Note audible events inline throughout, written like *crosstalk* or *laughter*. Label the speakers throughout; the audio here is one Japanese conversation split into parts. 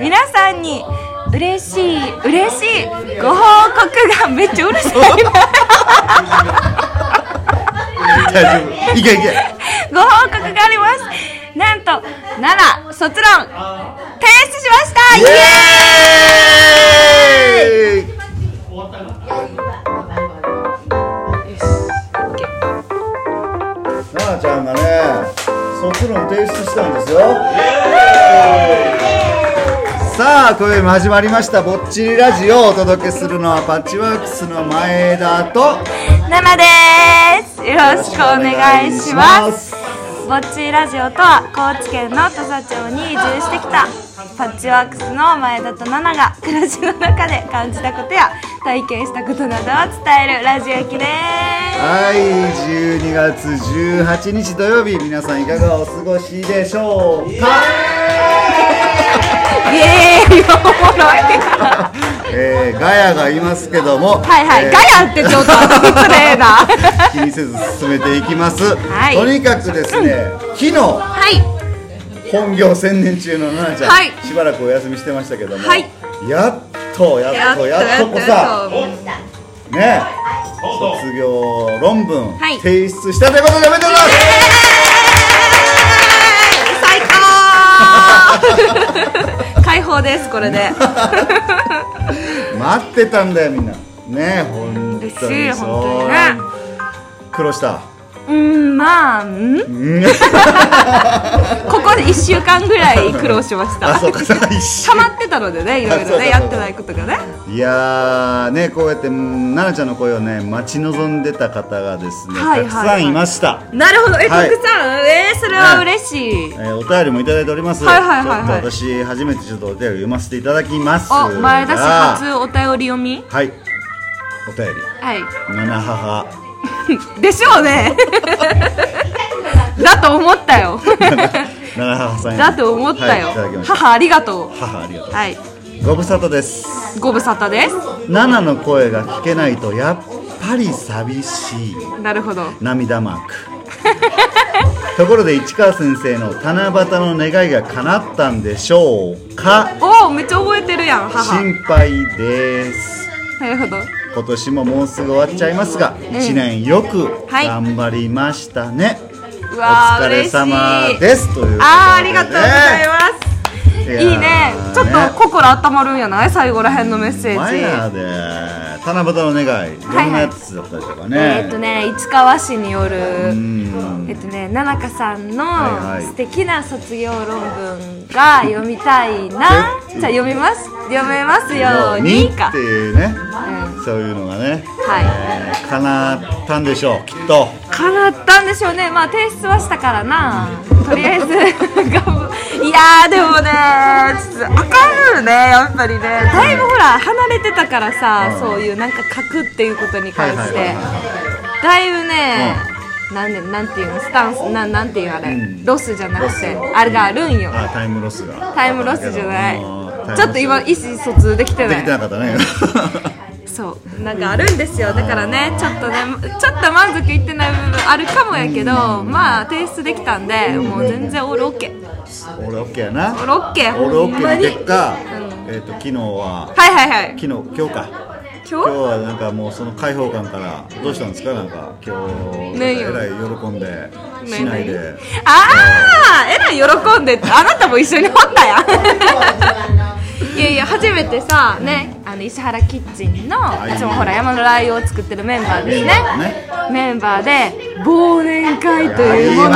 Speaker 1: 皆さんに嬉しい嬉しいご報告がめっちゃうるさいな
Speaker 2: 大丈夫いけいけ
Speaker 1: ご報告がありますなんと奈良卒論提出しましたイエ
Speaker 2: イエーイなあちゃんがね卒論提出したんですよさあ今宵も始まりました「ぼっちりラジオ」をお届けするのはパッチワークスの前田と
Speaker 1: ーイナナですよろしくお願いしますぼっちラジオとは高知県の土佐町に移住してきたパッチワークスの前田と奈々が暮らしの中で感じたことや体験したことなどを伝えるラジオ駅です
Speaker 2: はい12月18日土曜日皆さんいかがお過ごしでしょうか
Speaker 1: イエーイおもろい
Speaker 2: えー、ガヤがいますけども、
Speaker 1: はいはい、
Speaker 2: えー
Speaker 1: ガヤってちょっと失礼なは
Speaker 2: 気にせず進めていきます、
Speaker 1: はい
Speaker 2: とにかくですね、昨日
Speaker 1: い
Speaker 2: 本業専念中の奈々ちゃん、
Speaker 1: はい
Speaker 2: しばらくお休みしてましたけども、
Speaker 1: はい
Speaker 2: やっとやっとやっとこさね卒業論文、
Speaker 1: はい
Speaker 2: 提出したということでおめでとうございます
Speaker 1: 最高解放ですこれで
Speaker 2: 待ってたんだよみんなね本当に
Speaker 1: 嬉しい
Speaker 2: そう
Speaker 1: 本当にね
Speaker 2: 苦労した
Speaker 1: うんまあうんここで1週間ぐらい苦労しまし
Speaker 2: あ
Speaker 1: た
Speaker 2: そうかそうか一緒
Speaker 1: 溜まってたのでねいろい
Speaker 2: あそ
Speaker 1: ろ
Speaker 2: うだ
Speaker 1: ねやってないことがね
Speaker 2: いやーねこうやってうん奈々ちゃんの声をね待ち望んでた方がですね、
Speaker 1: はいはいはい
Speaker 2: たくさんいました、
Speaker 1: なるほどえ
Speaker 2: はい
Speaker 1: たくさんえーそれは嬉しい
Speaker 2: えーお便りもいただいております、
Speaker 1: はいはいはいはい
Speaker 2: ちょっと私初めてちょっとお便り読ませていただきます
Speaker 1: お前田市
Speaker 2: が
Speaker 1: 初お便り読み
Speaker 2: はいお便り
Speaker 1: はい
Speaker 2: 七母
Speaker 1: *laughs* でしょう
Speaker 2: *laughs*
Speaker 1: ねだと思ったよ
Speaker 2: 七母さんへ
Speaker 1: だと思ったよ、
Speaker 2: はい、いただきました
Speaker 1: 母ありがとう
Speaker 2: 母ありがと
Speaker 1: はいう
Speaker 2: ご無沙汰です
Speaker 1: ご無沙汰です
Speaker 2: ナナの声が聞けないとやっぱり寂しい
Speaker 1: なるほど
Speaker 2: 涙マークところで市川先生の七夕の願いが叶ったんでしょうか
Speaker 1: おおめっちゃ覚えてるやん母
Speaker 2: 心配です
Speaker 1: なるほど
Speaker 2: 今年ももうすぐ終わっちゃいますが一年よく
Speaker 1: はい
Speaker 2: 頑張りましたね、
Speaker 1: うわ
Speaker 2: お
Speaker 1: ー
Speaker 2: 疲れ様
Speaker 1: 嬉しい
Speaker 2: ですということで
Speaker 1: あーありがとうござい
Speaker 2: ま
Speaker 1: ます
Speaker 2: す
Speaker 1: いいねちょっと心温まるんやない最後らへんのメッセー
Speaker 2: マ
Speaker 1: ジ
Speaker 2: イナーで七夕の願いどんなやつだったでしょうかね、
Speaker 1: えーっとね市川市による
Speaker 2: うん
Speaker 1: えっとね七香さんの
Speaker 2: はいはい
Speaker 1: 素敵な卒業論文が読みたいな
Speaker 2: え
Speaker 1: じゃあ読みます読めますようにか
Speaker 2: っていうね
Speaker 1: う
Speaker 2: そういうのがね、
Speaker 1: はい
Speaker 2: えー叶ったんでしょうきっと
Speaker 1: 叶ったんでしょうねまあ提出はしたからなとりあえず頑 *laughs* 張いやーでもねちょっとあかんよねやっぱりねだいぶほら離れてたからさ、
Speaker 2: うん
Speaker 1: そういうなんか書くっていうことに関して、
Speaker 2: はいはいはい
Speaker 1: だいぶね、なんでなんていうのスタンスなんなんていうあれ、
Speaker 2: うん
Speaker 1: ロスじゃなくて
Speaker 2: ロス
Speaker 1: あれがあるんよ
Speaker 2: あタイムロスが
Speaker 1: タイムロスじゃない
Speaker 2: うん
Speaker 1: ちょっと今意思疎通できて
Speaker 2: で
Speaker 1: な
Speaker 2: き
Speaker 1: い
Speaker 2: てなかっ
Speaker 1: *laughs*
Speaker 2: たね
Speaker 1: そうなんかあるんですよだからねちょっとねちょっと満足いってない部分あるかもやけどまあ提出できたんでもう全然オールオッケー
Speaker 2: 俺オッケーや
Speaker 1: オ
Speaker 2: な
Speaker 1: ールオッケー
Speaker 2: 俺オッケーの
Speaker 1: はい
Speaker 2: 結果、えっ、と昨日は
Speaker 1: はいはい
Speaker 2: 昨日今日か今日
Speaker 1: 今日
Speaker 2: はなんかもうその開放感からどうしたんですかなんか今日
Speaker 1: ねえ
Speaker 2: え
Speaker 1: よ
Speaker 2: らい喜んでしないで
Speaker 1: ああえらい喜んでってあなたも一緒におったやんいやいや初めてさねあの石原キッチンのいつもほら山のラー油を作ってるメンバーですね
Speaker 2: ね
Speaker 1: メンバーで忘年会というものを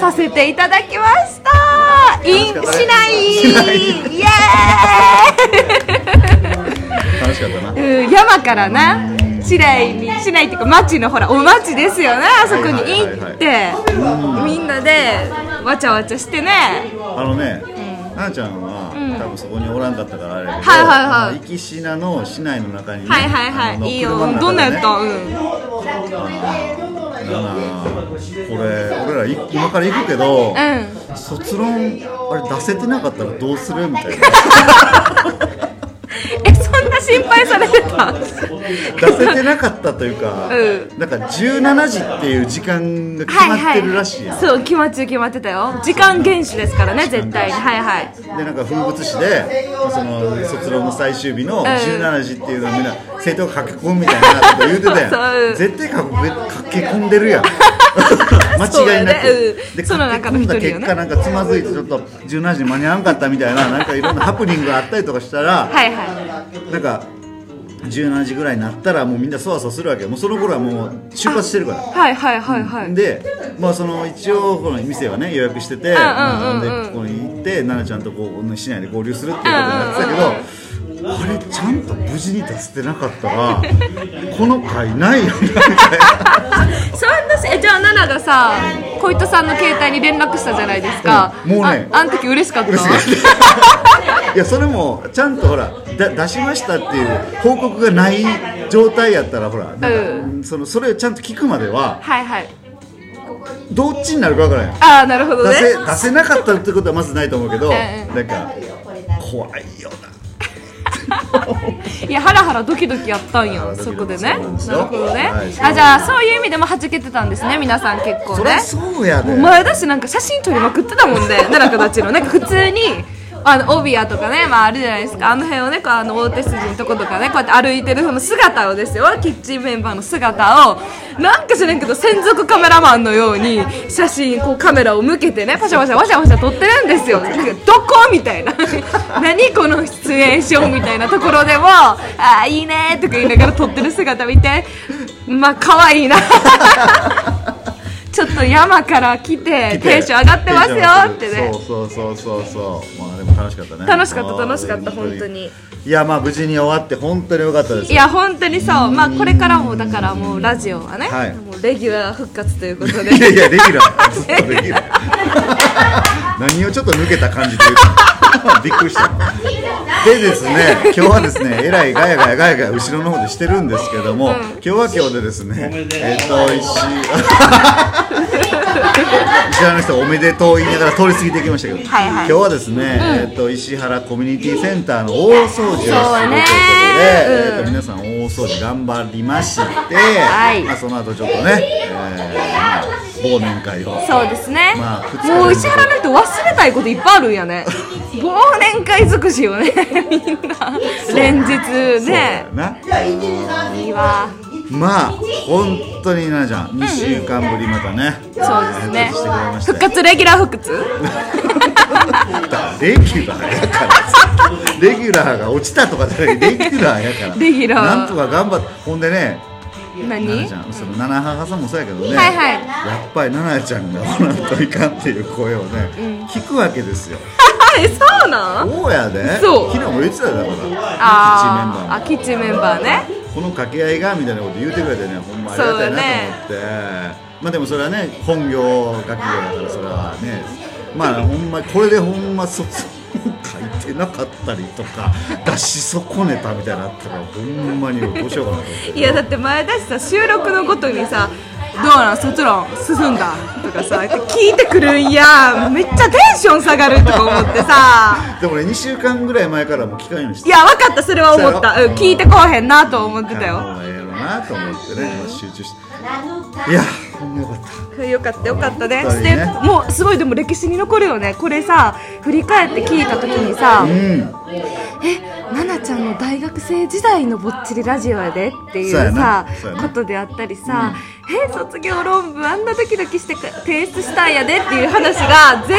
Speaker 1: させていただきましたインしない
Speaker 2: しない
Speaker 1: イエ
Speaker 2: 楽しかったな
Speaker 1: ーイうん山からな市内に市内っていうか町のほらお町ですよねあそこに行ってみんなでわちゃわちゃしてね
Speaker 2: あのね、なあちゃんは、多分そこにおらんかったからあれやけど、
Speaker 1: はいはいはい
Speaker 2: あの壱岐市名の市内の中にね、
Speaker 1: はいはいは
Speaker 2: あの
Speaker 1: いいいよ
Speaker 2: 車の中でね
Speaker 1: どんなんやったうん
Speaker 2: あーこれ俺らい今から行くけ
Speaker 1: う
Speaker 2: ど、卒論あれ出せてなかったらどうするみたいな
Speaker 1: んえそんな心配されてた
Speaker 2: 出せてなかったというか、
Speaker 1: う
Speaker 2: なんか17時っていう時間 *laughs* が決
Speaker 1: はい
Speaker 2: まっ
Speaker 1: は
Speaker 2: て
Speaker 1: い
Speaker 2: るらしいやん、
Speaker 1: そう決まっちゃう決まってたよ時間厳守ですからね絶対にはいはい
Speaker 2: でなんか風物詩でその卒論の最終日の17時っていうのをみんな生徒が駆け込むみたいなこと言うてたや
Speaker 1: *laughs* そうん
Speaker 2: 絶対駆け駆け込んでるや
Speaker 1: *laughs*
Speaker 2: ん間違いなく、
Speaker 1: そうやねうん
Speaker 2: で
Speaker 1: その中
Speaker 2: 駆
Speaker 1: の一
Speaker 2: け込
Speaker 1: 人
Speaker 2: んだ
Speaker 1: よね
Speaker 2: 結果なんかつまずいてちょっと17時間に合わんかったみたいななんかいろんなハプニングがあったりとかしたら、
Speaker 1: はいはい
Speaker 2: なんか17時ぐらいになったらもうみんなそわそわするわけよもうその頃はもう出発してるから
Speaker 1: はいはいはいはい
Speaker 2: で、まあ、その一応この店はね予約してて、まあ
Speaker 1: うんうん
Speaker 2: でここに行って奈々ちゃんとこう市内で合流するっていうことになってたけど、あれちゃんと無事に出せてなかったら
Speaker 1: *laughs*
Speaker 2: この回ないよねみたい
Speaker 1: そんなしえじゃあ奈々がさ小糸さんの携帯に連絡したじゃないですか、
Speaker 2: うんもうね
Speaker 1: ああん時嬉しかった
Speaker 2: ないやそれもちゃんとほらだ出しましたっていう報告がない状態やったらほらなんか、
Speaker 1: う
Speaker 2: そのそれをちゃんと聞くまでは
Speaker 1: はいはい
Speaker 2: どっちになるかわからない
Speaker 1: ああなるほどね
Speaker 2: 出せ出せなかったってことはまずないと思うけど、
Speaker 1: んうん
Speaker 2: なんか怖いよない
Speaker 1: やハラハラドキドキやったんや
Speaker 2: ラドキ
Speaker 1: そ
Speaker 2: ドキ
Speaker 1: こでね
Speaker 2: そうなんです
Speaker 1: な
Speaker 2: よ
Speaker 1: るほどね、
Speaker 2: はい
Speaker 1: あじゃあそういう意味でもはじけてたんですね皆さん結構
Speaker 2: そり
Speaker 1: ね
Speaker 2: ゃそうやで、
Speaker 1: 前だしなんか写真撮りまくってたもんね奈良子たちのなんか普通にあの帯屋とかね、まあ、あるじゃないですかあの辺をねこうあの大手筋のとことかねこうやって歩いてるその姿をですよキッチンメンバーの姿をなんか知らんけど専属カメラマンのように写真こうカメラを向けてねパシャパシャワシャワシャ撮ってるんですよなんかどこみたいな *laughs* 何このシチュエーションみたいなところでもああいいねーとか言いながら撮ってる姿見てまあ可愛いなちょっと山から来てテンション上がってますよってね
Speaker 2: そうそうそうそうそうまあでも楽しかったね
Speaker 1: 楽しかった楽しかった本当に
Speaker 2: いやまあ無事に終わって本当に良かったです
Speaker 1: いや本当にそうまあこれからもだからもうラジオはね、
Speaker 2: はい
Speaker 1: もうレギュラー復活ということで
Speaker 2: いやいやレギュラーずっとレギュラー何をちょっと抜けた感じで言うた *laughs* びっくりしたでですね今日はですねえらいガヤガヤガヤガヤ後ろの方でしてるんですけども、今日は今日でですねえっと石石原の人おめでとう言いながら通り過ぎていきましたけど、
Speaker 1: はいはい
Speaker 2: 今日はですね、えっと石原コミュニティセンターの大掃除をするということで、
Speaker 1: そうね
Speaker 2: えっと皆さん大掃除頑張りまして、
Speaker 1: はい
Speaker 2: まあ、その後ちょっとね、えーまあ忘年会を
Speaker 1: そうですね、
Speaker 2: まあ二日
Speaker 1: もう石原の人忘れたいこといっぱいあるんや
Speaker 2: *laughs*
Speaker 1: ね忘年会尽くしよね *laughs* みんな連日
Speaker 2: そうだ
Speaker 1: ね
Speaker 2: よな。
Speaker 1: いいわ
Speaker 2: まあ本当にななちゃん2週間ぶりまたね、
Speaker 1: そうですね
Speaker 2: 復活してくれました
Speaker 1: 復活レギュラー復活
Speaker 2: レギュラーやからレギュラーが落ちたとかじゃないレギュラーやから
Speaker 1: レギュラー
Speaker 2: なんとか頑張ってほんでねなな
Speaker 1: 何 *laughs*
Speaker 2: ちゃんそのななはがさんもそうやけどね、
Speaker 1: はいはい
Speaker 2: やっぱりななちゃんがおらんといかんっていう声をね、聞くわけですよ
Speaker 1: えそうなん
Speaker 2: そうやで
Speaker 1: そう
Speaker 2: 昨日も言ってたよだからキッチンメンバーも
Speaker 1: あーあキッチンメンバーね
Speaker 2: この掛け合いがみたいなこと言うてくれてねほんまありがたいなと思って、まあでもそれはね本業学業だからそれはねまあほんまこれでほんま卒論書いてなかったりとか出し損ねたみたいなのあったからほんまにどうしようかなと思って
Speaker 1: いやだって前だしさ収録のごとにさ「どうなん卒論進んだ」とかさ聞いてくるんやめっちゃテンション下がるとか思ってさ
Speaker 2: でもね2週間ぐらい前からもう聞かんようにし
Speaker 1: い
Speaker 2: て
Speaker 1: や分かったそれは思った、
Speaker 2: そ
Speaker 1: う
Speaker 2: うや
Speaker 1: ん
Speaker 2: ろ、
Speaker 1: 聞いてこうへんなと思ってたよ
Speaker 2: もうええやろなと思ってね、まあ集中していやほんまよかった
Speaker 1: よかったよかったね
Speaker 2: 本当にね
Speaker 1: してもうすごいでも歴史に残るよねこれさ振り返って聞いた時にさ
Speaker 2: うん
Speaker 1: え奈々ちゃんの大学生時代のぼっちりラジオやでっていう
Speaker 2: そうや
Speaker 1: さ
Speaker 2: なそうやな
Speaker 1: ことであったりさ、え卒業論文あんなドキドキしてか提出したんやでっていう話が絶対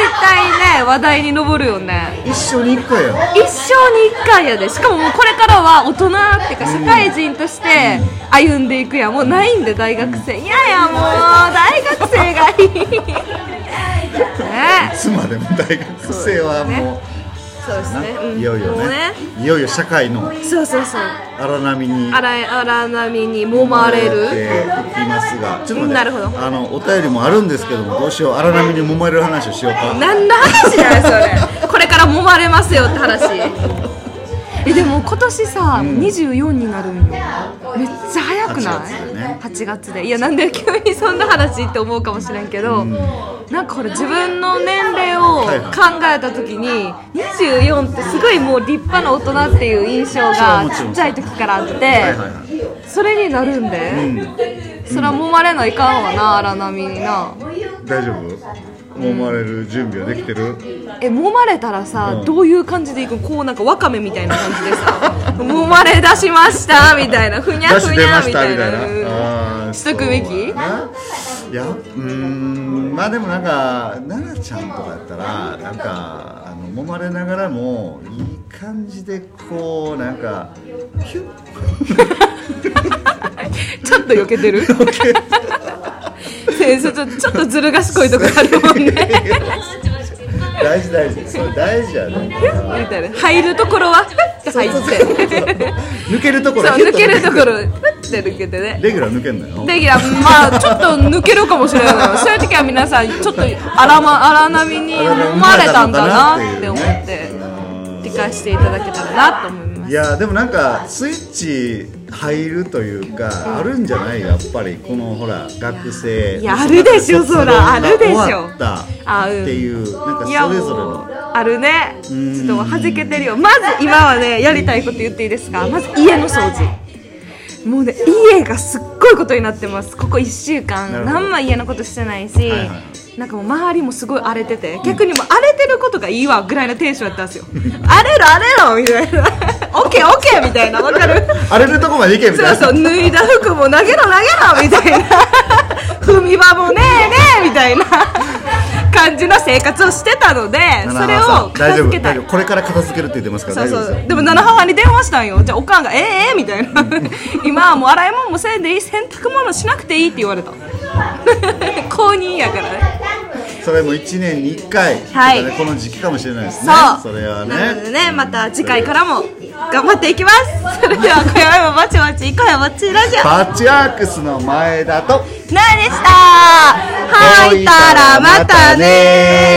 Speaker 1: ね話題に上るよね
Speaker 2: 一緒に行くよ
Speaker 1: 一生に一回やでしかももうこれからは大人っていうか社会人として歩んでいくやんもうないんで大学生いやいやもう大学生がいい
Speaker 2: *laughs*
Speaker 1: ね
Speaker 2: いつまでも大学生はもう
Speaker 1: そうですね、うん
Speaker 2: いよいよ
Speaker 1: もう
Speaker 2: ねいよいよ社会の
Speaker 1: そうそうそう
Speaker 2: 荒波に
Speaker 1: 荒荒波に揉まれる
Speaker 2: いきますがちょっと待って
Speaker 1: なるほど
Speaker 2: あのお便りもあるんですけどもどうしよう荒波に揉まれる話をしようか
Speaker 1: 何の話だよそれこれから揉まれますよって話えでも今年さ、24になるんよめっちゃ早くない
Speaker 2: 8月でね
Speaker 1: 8月でいやなんで急にそんな話って思うかもしれんけど、なんかほら自分の年齢を考
Speaker 2: はいはい
Speaker 1: えた時に24ってすごいもう立派な大人っていう印象が
Speaker 2: もち
Speaker 1: ち
Speaker 2: ろん
Speaker 1: っちゃい時からあっ
Speaker 2: はいはい
Speaker 1: て
Speaker 2: はい
Speaker 1: それになるんでそれは揉まれないかんわな荒波にな
Speaker 2: 大丈夫揉まれる準備はできてる
Speaker 1: え揉まれたらさ
Speaker 2: うん
Speaker 1: どういう感じでいくこうなんかワカメみたいな感じでさ *laughs* 揉まれ出しましたみたいなふに
Speaker 2: 出
Speaker 1: ゃふ
Speaker 2: し
Speaker 1: に
Speaker 2: 出ま
Speaker 1: ゃみ
Speaker 2: した
Speaker 1: た
Speaker 2: み
Speaker 1: い
Speaker 2: たいな
Speaker 1: な
Speaker 2: あー
Speaker 1: しとくべき
Speaker 2: そうやないやうーんまあでもなんか奈々ちゃんとかやったらなんかあの揉まれながらもいい感じでこうなんかヒュッ
Speaker 1: ちょっと避けて
Speaker 2: *laughs*
Speaker 1: る先生ちょちょっとずる賢いとこあるもんね
Speaker 2: *laughs* 大事大事それ大事やね
Speaker 1: みたいな入るところはふって入って
Speaker 2: 抜けるところ
Speaker 1: そう
Speaker 2: ヒュッ
Speaker 1: 抜
Speaker 2: と
Speaker 1: けるところふって抜けてね
Speaker 2: レギュラー抜けんのよ
Speaker 1: レギュラーまあちょっと抜けるかもしれないそういう時は皆さんちょっと荒,、ま、荒波に生まれたんだなって思って理解していただけたらなと思いま
Speaker 2: い
Speaker 1: す
Speaker 2: やでもなんかスイッチ入るというかあるんじゃないやっぱりこのほら学生
Speaker 1: いやあるでしょ
Speaker 2: 卒論
Speaker 1: そらあるでしょ
Speaker 2: 終わった
Speaker 1: あ
Speaker 2: っ
Speaker 1: うん
Speaker 2: ていうなんか
Speaker 1: いや
Speaker 2: そ
Speaker 1: も
Speaker 2: れぞれ
Speaker 1: う
Speaker 2: の
Speaker 1: あるねち
Speaker 2: ん
Speaker 1: ょっとはじけてるよまず今はねやりたいこと言っていいですかまず家の掃除もうね家がすっごいことになってますここ1週
Speaker 2: な
Speaker 1: 間
Speaker 2: るほど
Speaker 1: 何枚家のことしてないし、
Speaker 2: はいはいは
Speaker 1: なんかもう周りもすごい荒れてて逆にもう荒れてることがいいわぐらいのテンションやったんですよ *laughs* 荒れろ荒れろみた
Speaker 2: *laughs*
Speaker 1: いなオッケーオッケーみたいなわかる
Speaker 2: 荒れるとこまで行けみたい
Speaker 1: そう
Speaker 2: な
Speaker 1: そう脱いだ服も投げろ投げろみたいな踏み場もねえねえみたいな感じの生活をしてたのでそれを片
Speaker 2: 大丈
Speaker 1: 付
Speaker 2: 夫
Speaker 1: けた
Speaker 2: 大
Speaker 1: い
Speaker 2: 丈夫これから片付けるって言ってますから
Speaker 1: そう
Speaker 2: 大丈
Speaker 1: そ
Speaker 2: 夫です
Speaker 1: う
Speaker 2: よ
Speaker 1: でも七母に電話したんよじゃあおかんが「ええええみたいな「 *laughs* 今はもう洗い物もせんでいい洗濯物しなくていい」って言われた *laughs* 公認やからね
Speaker 2: それも1年に1回
Speaker 1: はい
Speaker 2: とかねこの時期かもしれないですね
Speaker 1: そう
Speaker 2: れは
Speaker 1: なので
Speaker 2: ね
Speaker 1: ねまた次回からも頑張っていきますそれでは今宵もバチバチ行こうよバチラジオ
Speaker 2: パッチワークスの前だと
Speaker 1: なあでしたはいたらまたね